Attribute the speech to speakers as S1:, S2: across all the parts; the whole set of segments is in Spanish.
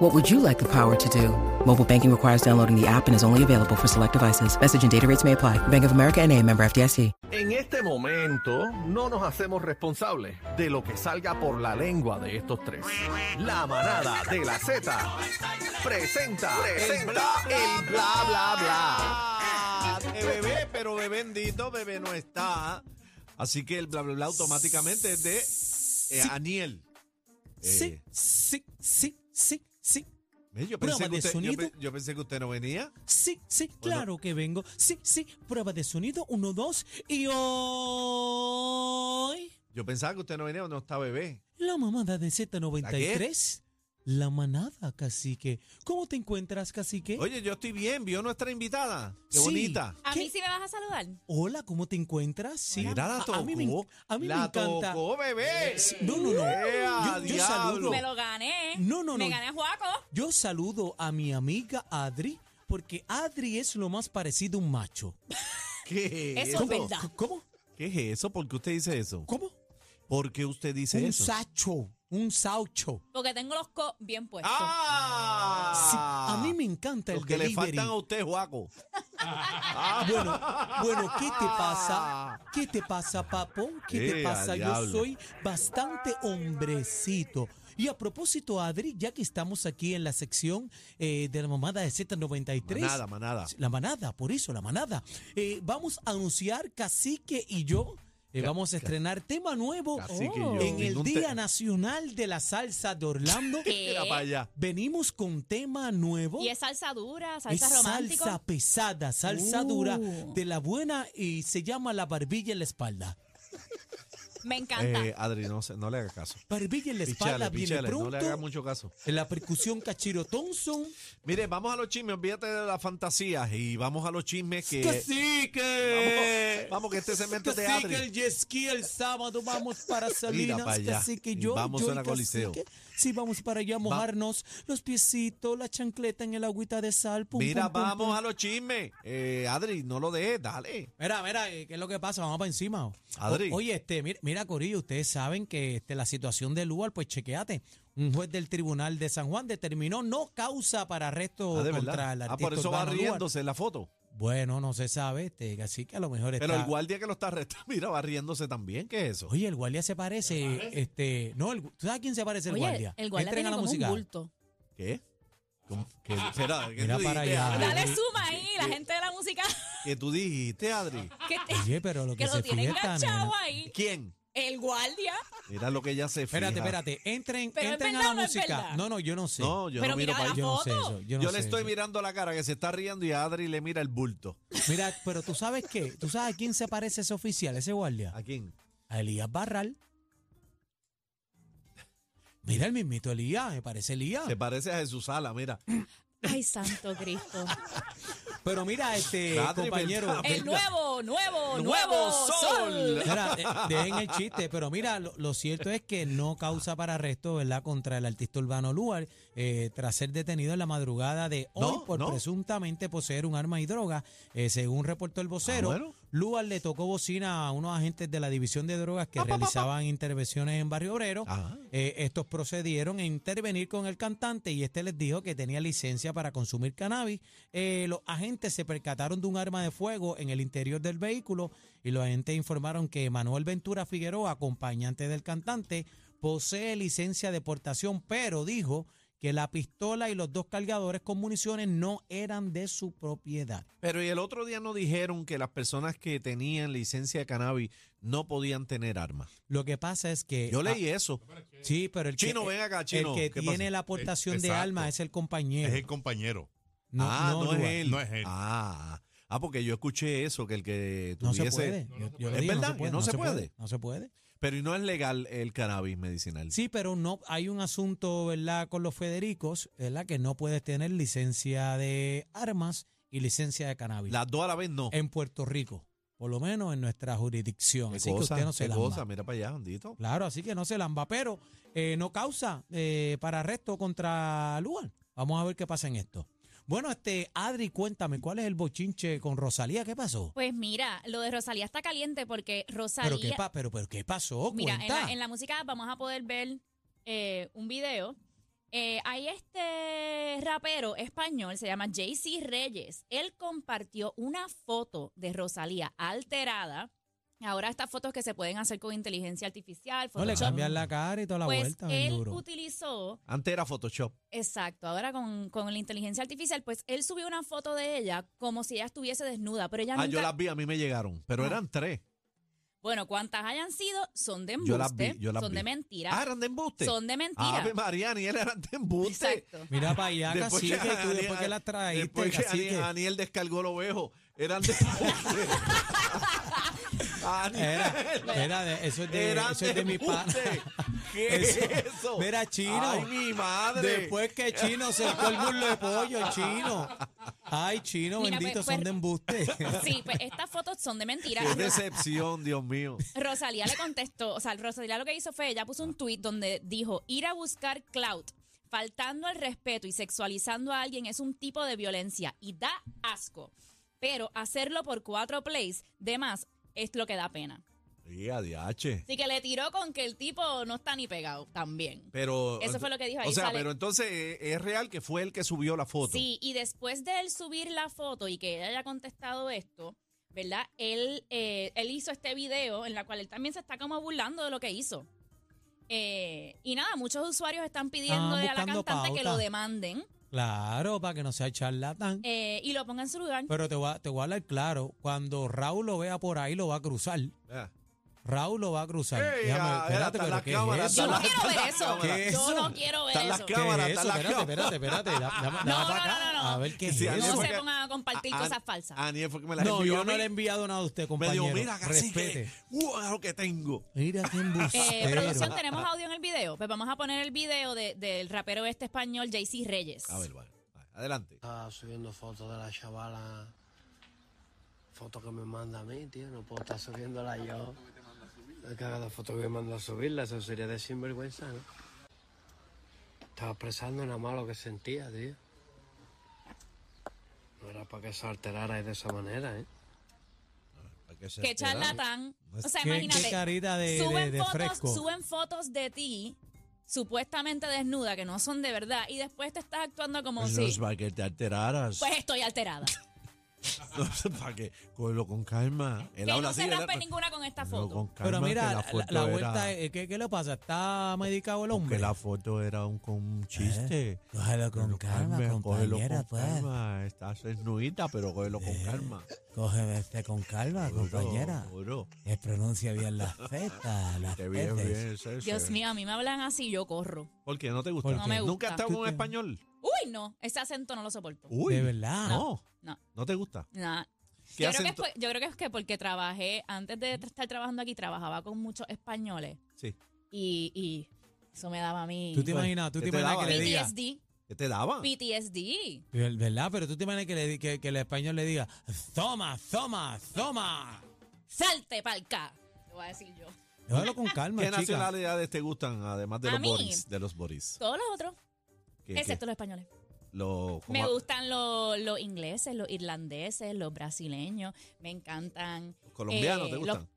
S1: What would you like the power to do? Mobile banking requires downloading the app and is only available for select devices. Message and data rates may apply. Bank of America and a member FDIC.
S2: En este momento no nos hacemos responsables de lo que salga por la lengua de estos tres. La manada de la Z presenta, presenta el bla bla bla.
S3: Ah, de bebé, pero bebé bendito, bebé no está. Así que el bla bla bla automáticamente es de eh, Aniel.
S4: Sí,
S3: Eh,
S4: sí, sí, sí, sí.
S3: mire, yo,
S4: Prueba
S3: pensé que
S4: de
S3: usted, yo,
S4: sonido.
S3: pe- yo pensé que usted no venía.
S4: Sí, sí, claro que vengo. Sí, sí, prueba de sonido, uno, dos. Y hoy,
S3: Yo pensaba que usted no venía, no está bebé.
S4: la mamada de Z93. La manada, cacique. ¿Cómo te encuentras, cacique?
S3: Oye, yo estoy bien, vio nuestra invitada. Qué
S4: ¿Eh? Sí.
S3: bonita.
S5: A
S4: ¿Qué?
S5: mí sí me vas a saludar.
S4: Hola, ¿cómo te encuentras? Sí.
S3: Mira, la
S4: A-
S3: tocó.
S4: a mí me, en- a mí me
S3: la
S4: encanta.
S3: tocó, bebé.
S4: Sí, No, no, no.
S3: ¡Ea,
S4: Yo- yo saludo.
S3: diablo!
S5: Me lo gané.
S4: No, no,
S5: Me
S4: no.
S5: gané a Juaco.
S4: Yo saludo a mi amiga Adri porque Adri es lo más parecido a un macho.
S3: ¿Qué es
S5: Eso
S3: eso?
S5: es verdad. Da.
S4: ¿Cómo?
S3: ¿Qué es eso? ¿Por qué usted dice eso?
S4: ¿Cómo?
S3: ¿Por qué usted dice
S4: un
S3: eso?
S4: sacho, un saucho.
S5: Porque tengo los co bien puestos.
S3: ¡Ah!
S4: Sí, a mí me encanta el
S3: Los que le
S4: delivery.
S3: faltan a usted, Juaco.
S4: Bueno, bueno, ¿qué te pasa? ¿Qué te pasa, papo? ¿Qué
S3: Ah. Eh,
S4: te pasa?
S3: al
S4: Yo
S3: diablo.
S4: soy bastante hombrecito. Y a propósito, Adri, ya que estamos aquí en la sección eh, de la mamada de Z93.
S3: Manada, manada.
S4: La manada, por eso, la manada. Eh, vamos a anunciar Cacique y yo. eh, vamos a estrenar tema nuevo
S3: Cacique y yo.
S4: en el
S3: Ningún te-
S4: Día Nacional de la Salsa de Orlando.
S5: ¿Qué?
S3: Mira para allá.
S4: Venimos con tema nuevo.
S5: Y es salsa dura, salsa
S4: es
S5: romántica.
S4: salsa pesada, salsa
S5: Uh.
S4: dura, de la buena y se llama la barbilla en la espalda.
S5: Me encanta.
S3: Eh, Adri, no, se- no le haga caso.
S4: Barbilla en la
S3: Pichale,
S4: espalda viene
S3: pichale, no le haga
S4: pronto.
S3: mucho caso.
S4: en la percusión Cachiro Thompson.
S3: Mire, vamos a los chismes, olvídate de las fantasías y vamos a los chismes que...
S4: ¡Cacique!
S3: Vamos, vamos, que este segmento es de
S4: Cacique,
S3: Adri.
S4: el jet ski el sábado vamos para Salinas.
S3: pa' allá.
S4: Cacique,
S3: Y
S4: yo,
S3: vamos
S4: yo
S3: a la
S4: y
S3: Coliseo.
S4: Cacique. Sí, vamos para allá a mojarnos los piecitos, la chancleta en el agüita de sal. pum,
S3: Mira,
S4: pum, pum,
S3: vamos
S4: pum.
S3: a los chismes. Eh, Adri, no lo dejes, dale.
S4: Mira, mira, eh, ¿qué es lo que pasa? Vamos para encima. O-
S3: Adri.
S4: oye, este, mira, mira, Corillo, ustedes saben que este, la situación del lugar, pues chequeate. Un juez del Tribunal de San Juan determinó no causa para arresto
S3: Ah, de
S4: Oh, contra
S3: verdad.
S4: el
S3: Ah,
S4: artista
S3: por eso va
S4: urbano Lugar.
S3: riéndose en la foto.
S4: Bueno, no se sabe, este, así que a lo mejor está...
S3: Pero el guardia que lo está arrestando, mira, va riéndose también. ¿Qué es eso?
S4: Oye, el guardia se parece, este... No, el, gu- ¿tú sabes a quién se parece el
S5: Oye,
S4: guardia?
S5: el guardia
S4: Entren
S5: tiene
S4: a la
S5: como
S4: música.
S5: un bulto.
S3: ¿Qué? ¿Cómo? ¿Qué? Espera, ¿qué
S4: Ah, Mira
S3: tú
S4: para
S3: dijiste,
S4: allá.
S3: Adri?
S5: Dale
S4: Adri,
S5: suma ahí,
S4: eh.
S5: la gente de la música.
S3: ¿Qué tú dijiste, Adri?
S5: Que, te-
S4: Oye, pero lo que,
S5: que
S4: se
S5: lo tiene
S4: fija esta
S5: enganchado
S4: nena-
S5: ahí.
S3: ¿Quién?
S5: El guardia.
S3: Mira lo que ella se fija.
S4: Espérate, espérate, entren,
S5: Pero es
S4: entren a
S5: verdad
S4: la
S5: o no es
S4: música.
S5: verdad.
S4: No, no, yo no sé.
S3: No, yo
S5: Pero
S3: no miro
S5: mira
S3: para
S5: la
S3: allá.
S4: yo no sé
S5: foto.
S4: eso. Yo, no
S3: Yo le
S4: sé
S3: estoy
S4: eso.
S3: mirando la cara que se está riendo y a Adri le mira el bulto.
S4: Mira, pero tú sabes qué, tú sabes a quién se parece ese oficial, ese guardia,
S3: ¿A quién?
S4: a Elías Barral. Mira el mismito Elías, me parece Elías.
S3: Se parece a Jesús Sala, mira.
S5: Ay, santo Cristo.
S4: Pero mira, este
S3: Madre,
S4: compañero,
S3: verdad,
S5: El
S3: verdad.
S5: nuevo, nuevo, nuevo,
S3: Nuevo sol.
S5: sol.
S4: mira, eh, dejen el chiste, pero mira, lo, lo cierto es que no causa para arresto, ¿verdad? Contra el artista urbano Luar, eh, tras ser detenido en la madrugada de hoy
S3: No,
S4: por
S3: no.
S4: presuntamente poseer un arma y droga, eh, según reportó el vocero.
S3: Ah, bueno.
S4: Lugar le tocó bocina a unos agentes de la división de drogas que realizaban intervenciones en Barrio Obrero.
S3: Ajá.
S4: Eh, estos procedieron a intervenir con el cantante y este les dijo que tenía licencia para consumir cannabis. Eh, los agentes se percataron de un arma de fuego en el interior del vehículo y los agentes informaron que Manuel Ventura Figueroa, acompañante del cantante, posee licencia de portación, pero dijo que la pistola y los dos cargadores con municiones no eran de su propiedad.
S3: Pero y el otro día no dijeron que las personas que tenían licencia de cannabis no podían tener armas.
S4: Lo que pasa es que...
S3: Yo
S4: ah,
S3: leí eso.
S4: Sí, pero el
S3: Chino,
S4: que, eh,
S3: ven acá,
S4: el
S3: Chino,
S4: que
S3: ¿qué
S4: tiene
S3: pasa?
S4: la aportación de
S6: Exacto.
S4: alma es el compañero.
S6: Es el compañero.
S3: ah, no,
S4: Lugar.
S3: es él.
S6: No es él.
S3: Ah, ah, porque yo escuché eso, que el que
S4: No
S3: tuviese...
S4: se puede. Yo- yo
S3: puede.
S4: le
S3: Es
S4: digo,
S3: verdad que no se puede.
S4: No se puede.
S3: Pero y no es legal el cannabis medicinal.
S4: Sí, pero no hay un asunto, ¿verdad? Con los Federicos, ¿verdad? Que no puedes tener licencia de armas y licencia de cannabis Eh,
S3: Las dos a la vez no.
S4: en Puerto Rico. por lo menos en nuestra jurisdicción.
S3: Qué
S4: Así que
S3: cosa,
S4: usted no se
S3: qué
S4: lamba.
S3: cosa, mira para allá, bendito.
S4: Claro, así que no se lamba, pero eh, no causa eh, para arresto contra Luan. Vamos a ver qué pasa en esto. Bueno, este Adri, cuéntame, ¿cuál es el bochinche con Rosalía? ¿Qué pasó?
S5: Pues mira, lo de Rosalía está caliente porque Rosalía.
S4: Pero qué, pa- pero, pero ¿qué pasó?
S5: Mira, en
S4: Cuenta.
S5: la, en la música vamos a poder ver eh, un video. Eh, hay este rapero español, se llama JC Reyes. Él compartió una foto de Rosalía alterada. Ahora estas fotos que se pueden hacer con inteligencia artificial,
S4: no le
S5: Photoshop.
S4: cambian la cara y toda la
S5: pues
S4: vuelta, bien
S5: él
S4: duro.
S5: utilizó
S3: Antes era Photoshop.
S5: Exacto, ahora con, con la inteligencia artificial, pues él subió una foto de ella como si ella estuviese desnuda, pero ella
S3: Ah,
S5: nunca...
S3: yo las vi, a mí me llegaron, pero
S5: Ah.
S3: eran tres.
S5: Bueno, cuantas hayan sido, son de embuste,
S3: Yo las vi, yo las
S5: son
S3: vi.
S5: de mentira,
S3: Ah, pues eran de embuste. Ah,
S5: son de mentira.
S3: Ave Mariani, él era de embuste.
S5: Exacto.
S4: Mira para allá,
S3: Después
S4: cacique, y tú
S3: Aniel-
S4: después que la traíste,
S3: Después que
S4: cacique.
S3: Aniel, Aniel descargó el ovejo, eran de embuste. Aniel,
S4: Era, era de- eso es de,
S3: eran
S4: eso es de mi
S3: embuste.
S4: pana.
S3: ¿Qué
S4: Eso-
S3: es eso?
S4: Mira, Chino.
S3: Ay, mi madre.
S4: Después que Chino se fue el burlo de pollo, Chino. Ay, Chino,
S5: Mira,
S4: bendito,
S5: pues-
S4: son
S5: pues-
S4: de embuste.
S5: Sí, pues estas fotos son de mentira.
S3: Qué decepción, Dios mío.
S5: Rosalía le contestó, o sea, Rosalía lo que hizo fue, ella puso un tuit donde dijo, ir a buscar cloud, faltando al respeto y sexualizando a alguien es un tipo de violencia y da asco, pero hacerlo por cuatro plays de más es lo que da pena.
S3: Y adiache.
S5: Así que le tiró con que el tipo no está ni pegado también.
S3: Pero.
S5: Eso fue lo que dijo ahí,
S3: O sea,
S5: sale-
S3: pero entonces eh, es real que fue el que subió la foto.
S5: Sí, y después de él subir la foto y que él haya contestado esto, ¿verdad? Él, eh, él hizo este video en la cual él también se está como burlando de lo que hizo. Eh, y nada, muchos usuarios están pidiéndole a la
S4: buscando
S5: cantante que
S4: pauta.
S5: lo demanden
S4: Claro, para que no sea charlatán.
S5: eh, y lo pongan en su lugar.
S4: Pero te voy, a, te voy a hablar claro, cuando Raúl lo vea por ahí, lo va a cruzar.
S3: Ah.
S4: Raúl lo va a cruzar.
S3: Ey,
S4: Déjame,
S3: ah,
S4: espérate,
S3: está la
S4: pero ¿qué
S3: cámara,
S4: es
S5: Yo
S4: eso?
S5: no
S3: está
S5: quiero ver eso.
S3: ¿Qué
S4: es
S5: Yo
S4: eso?
S5: no quiero ver
S3: Están las
S5: eso.
S4: ¿Qué
S3: cámara,
S4: es
S3: está
S4: eso?
S3: la
S4: Espérate,
S3: cámara.
S4: espérate, espérate. da- da- dame
S5: No,
S4: para
S5: no,
S4: acá,
S5: no, no, no.
S4: A ver qué es
S3: Sí,
S4: eso.
S3: Aniel
S5: No
S3: fue
S5: se
S3: que-
S5: pongan a compartir
S3: a- a-
S5: cosas falsas.
S3: Aniel fue que me la
S4: No,
S3: envió
S4: yo
S3: a mí.
S4: no le he enviado nada a usted,
S3: Me
S4: compañero.
S3: dijo, mira, cacique,
S4: Respete.
S3: uh, a lo que tengo.
S4: Mira qué
S5: Eh,
S4: embustero.
S5: producción, ¿tenemos audio en el video? Pues vamos a poner el video de- del rapero este español, JC Reyes.
S3: A ver, vale, vale,
S5: Ah,
S3: adelante.
S6: Está subiendo fotos de la chavala. Fotos que me manda a mí, tío. No puedo estar subiéndola yo. La cagada foto que me manda a subirla, eso sería de sinvergüenza, ¿no? Estaba expresando nada más lo que sentía, tío. No era para que se alterara de esa manera, ¿eh?
S3: Para que se
S5: Qué
S3: enterara.
S5: charlatán. O sea,
S4: Qué-
S5: imagínate.
S4: qué carita de-
S5: suben,
S4: de- de
S5: fotos,
S4: fresco.
S5: suben fotos de ti, supuestamente desnuda, que no son de verdad, y después te estás actuando como
S3: Pues
S5: si,
S3: No es para que te alteraras.
S5: pues estoy alterada.
S3: No es para que. Cógelo con calma. Él
S5: que
S3: habla
S5: no
S3: así.
S5: se
S3: él-
S5: rompe ninguna con esta
S3: Cógelo con
S5: foto.
S3: calma,
S4: Pero mira,
S3: que
S4: la,
S3: foto
S4: la
S3: era-
S4: vuelta, es- ¿qué, ¿qué le pasa? ¿Está medicado el hombre? ¿Eh?
S3: Que la foto era un, con un chiste. Cógelo
S4: Cógelo con calma,
S3: cógelo
S4: compañera,
S3: con
S4: pues.
S3: calma. Estás desnudita, pero cógelo con calma.
S4: Cógeme este con calma,
S3: Duro,
S4: compañera.
S3: duro.
S4: Eh, pronuncia bien las zetas, las
S3: Te bien,
S4: tetes.
S3: bien, sí,
S5: Dios
S3: sí.
S5: mío, a mí me hablan así, yo corro.
S3: ¿Por qué no te gusta?
S4: ¿Por No
S5: qué? me
S3: ¿Nunca
S5: gusta.
S3: has estado con un español?
S5: Uy, no, ese acento no lo soporto.
S3: Uy.
S4: De verdad.
S3: No.
S5: No.
S3: ¿No te gusta?
S5: Nah.
S3: ¿Qué
S5: Yo creo, que es
S3: acento?
S5: por- yo creo que es que porque trabajé, antes de estar trabajando aquí, trabajaba con muchos españoles
S3: Sí.
S5: y, y eso me daba a mí
S4: Tú te imaginas, tú
S3: ¿qué
S4: te
S3: te
S4: imaginas
S3: daba?
S4: que le diga.
S5: PTSD.
S3: ¿Qué te daban?
S5: PTSD.
S4: Ver- ¿Verdad? Pero tú te imaginas que, le, di- que, que el español le diga, toma, toma, toma.
S5: Salte palca. Te voy a decir yo.
S4: Déjalo con calma,
S3: ¿Qué
S4: chica.
S3: nacionalidades te gustan además de
S5: A
S3: los
S5: mí.
S3: Boris? De los Boris.
S5: Todos los otros,
S3: ¿Qué- qué?
S5: excepto los españoles.
S3: Lo-
S5: Me
S3: como-
S5: gustan los, los ingleses, los irlandeses, los brasileños. Me encantan.
S3: ¿Los colombianos
S5: eh,
S3: te
S5: los-
S3: gustan?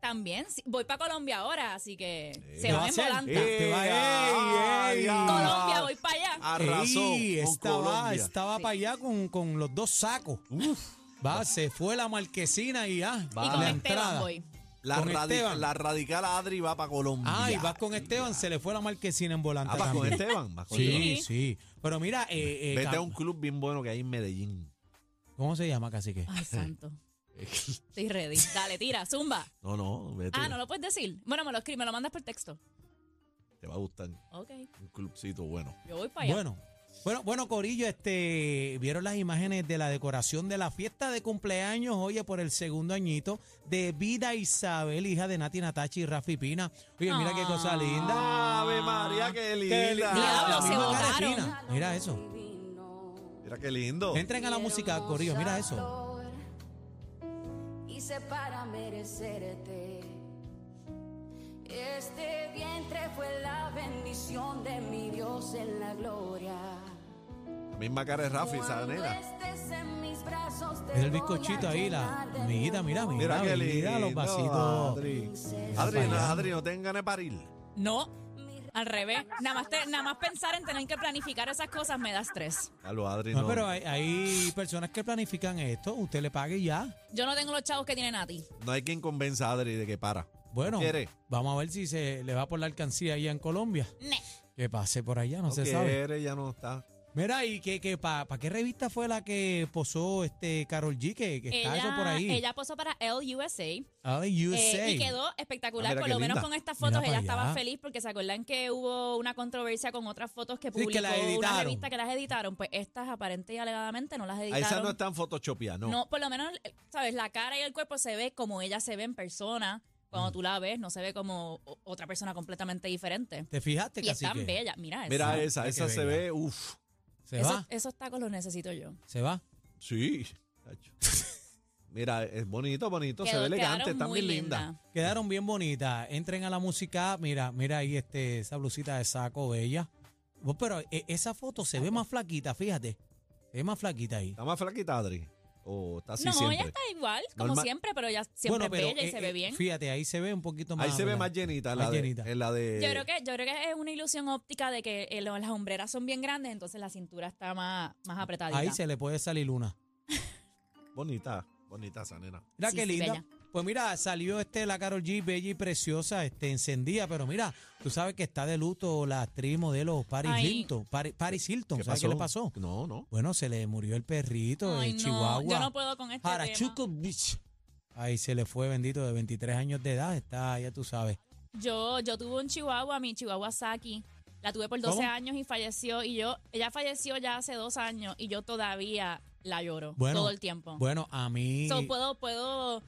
S5: También sí, voy para Colombia ahora, así que
S3: Eh.
S5: se
S4: ¿Qué va
S5: van
S4: a
S5: en
S4: hacer?
S5: volanta.
S4: Eh, te va- ey, ey.
S5: Colombia, voy para allá.
S3: Ah, Arrasó
S4: Ey,
S3: con
S4: estaba
S3: Colombia.
S4: estaba
S5: Sí.
S4: para allá con, con los dos sacos. Va, se fue la marquesina y ya.
S5: y
S4: la
S5: con Esteban
S4: entrada.
S5: voy.
S3: La,
S4: con
S3: radi-
S4: Esteban.
S3: la radical Adri va para Colombia.
S4: Ah, y vas con Esteban, se le fue la marquesina en volante.
S3: Ah, vas con
S4: también.
S3: Esteban. vas con Esteban.
S4: Sí, sí. Pero mira, eh, eh,
S3: Vete a
S4: Cam-
S3: un club bien bueno que hay en Medellín.
S4: ¿cómo se llama, cacique?
S5: Ay, santo. Estoy ready. Dale, tira, zumba.
S3: No, no, vete.
S5: Ah, no lo puedes decir. Bueno, me lo escribes, me lo mandas por texto.
S3: Te va a gustar
S5: Ok,
S3: un clubcito bueno.
S5: yo voy para allá.
S4: Bueno, bueno, bueno, Corillo, este, vieron las imágenes de la decoración de la fiesta de cumpleaños, oye, por el segundo añito de Vida Isabel, hija de Nati Natachi y Rafi Pina. Oye, mira qué cosa linda.
S3: Ave María, qué linda.
S5: Ah. Diablo,
S4: la
S5: se
S4: Ah, misma cara de
S5: botaron.
S4: Pina. Mira eso.
S7: divino.
S3: Mira qué lindo.
S4: Entren a la música, Corillo, mira eso.
S7: Y hice para merecerte. Este vientre fue la bendición de mi Dios en la gloria.
S3: La misma cara de Rafi, esa nena.
S4: Mira el bizcochito ahí, la amiguita, mira, mira, mira, mira los vasitos.
S3: Adri.
S4: Mira
S3: Adri,
S4: para
S3: no,
S4: allá.
S3: Adri, no tengan de parir.
S5: No, al revés. Nada más, te- nada más pensar en tener que planificar esas cosas me da estrés.
S3: A los Adri
S4: No,
S3: no.
S4: pero hay, hay personas que planifican esto, usted le pague y ya.
S5: Yo no tengo los chavos que tiene Nati.
S3: No hay quien convenza a Adri de que para.
S4: Bueno,
S3: quiere.
S4: vamos a ver si se le va por la alcancía allá en Colombia.
S5: Ne.
S4: Que pase por allá, no,
S3: No
S4: se sabe.
S3: quiere, ya no está.
S4: Mira, ¿y qué, qué, para qué revista fue la que posó este Carol G? Que, que está eso por ahí. Ah,
S5: ella posó para LUSA eh,
S4: Ay, USA.
S5: y quedó
S3: Ah,
S5: espectacular.
S3: mira
S5: por
S3: qué
S5: lo menos
S3: linda.
S5: con estas
S4: Mira
S5: fotos
S4: para
S5: ella estaba
S4: allá.
S5: feliz porque se acuerdan que hubo una controversia con otras fotos que
S4: Sí, que
S5: publicó
S4: las
S5: una
S4: editaron.
S5: revista que las editaron. Pues estas aparente y alegadamente no las
S3: A
S5: editaron.
S3: esa no están photoshopeadas, no.
S5: No, por lo menos, eh, ¿sabes? La cara y el cuerpo se ve como ella se ve en persona.
S3: Mm.
S5: Cuando tú la ves, no se ve como o- otra persona completamente diferente.
S4: ¿Te fijaste,
S5: Y es tan
S4: cacique?
S5: bella. Mira eso.
S3: Mira
S4: Esa,
S3: esa,
S4: qué
S3: esa se
S4: bella.
S3: ve, uff.
S4: Se
S5: Eso-
S4: va,
S5: Esos tacos los necesito yo.
S4: se va.
S3: Sí. tacho. Mira, es bonito, bonito, se
S5: Quedó-
S3: ve elegante,
S5: quedaron
S3: está
S5: muy
S3: bien linda.
S4: Quedaron bien bonitas. Entren a la música. Mira, mira ahí este, esa blusita de saco bella. Oh, Pero eh, esa foto se ve más flaquita, fíjate. Se ve más flaquita ahí.
S3: ¿Está más flaquita, Adri? ¿O está así
S5: no,
S3: siempre?
S5: ella está igual, como
S3: Normal.
S5: siempre, pero ella siempre
S4: Bueno, pero,
S5: es bella y
S4: eh,
S5: se ve
S4: eh,
S5: bien.
S4: Fíjate, ahí se ve un poquito más.
S3: Ahí se ve
S4: ¿verdad?
S3: más llenita, en
S4: Más
S3: la de,
S4: llenita.
S3: en la de-
S4: Eh,
S5: Yo creo, que, yo creo que es una ilusión óptica de que eh, lo- las hombreras son bien grandes, entonces la cintura está más, más apretadita.
S4: Ahí se le puede salir una.
S3: Bonita, bonita esa nena.
S4: Mira
S5: Sí,
S4: qué
S5: sí,
S4: linda.
S5: bella.
S4: Pues mira, salió este la Carol G, bella y preciosa, este, encendida, pero mira, tú sabes que está de luto la actriz modelo Paris
S5: Ay.
S4: Hilton. Pari- Paris, Hilton, ¿sabes qué le pasó?
S3: No, no.
S4: Bueno, se le murió el perrito
S5: Ay,
S4: de
S5: no,
S4: Chihuahua.
S5: Yo no puedo con este tema.
S4: Harachuco Beach. Ahí se le fue, bendito, de 23 años de edad. Está, ya tú sabes.
S5: Yo, yo tuve un chihuahua, mi chihuahua Saki. La tuve por 12
S4: ¿Cómo?
S5: años y falleció. Y yo, ella falleció ya hace dos años y yo todavía la lloro
S4: Bueno,
S5: todo el tiempo.
S4: Bueno, a mí.
S5: So, pues, puedo puedo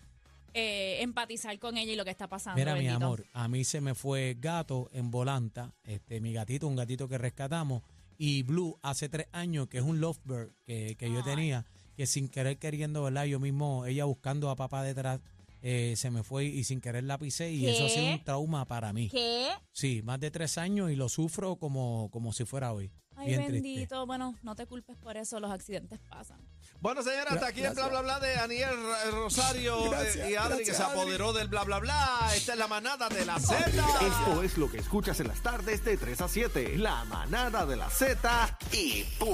S5: eh, empatizar con ella y lo que está pasando.
S4: Mira, mi
S5: Ah, bendito.
S4: amor, a mí se me fue gato en volanta. Este, mi gatito, un gatito que rescatamos. Y Blue hace tres años, que es un lovebird que, que yo tenía, que sin querer queriendo, ¿verdad? Yo mismo, ella buscando a papá detrás, eh, se me fue y sin querer la pisé. Y eso ha sido
S5: ¿Qué?
S4: un trauma para mí.
S5: ¿Qué?
S4: Sí, más de tres años y lo sufro como, como si fuera hoy.
S5: Ay,
S4: Bien triste.
S5: bendito. Bueno, no te culpes por eso, los accidentes pasan.
S3: Bueno, señora, hasta aquí el bla bla bla de Aniel Ra- Rosario eh, y Adri que se apoderó del bla bla bla. Esta es la manada de la Z.
S2: Esto es lo que escuchas en las tardes de 3 a 7. La manada de la Z y pu-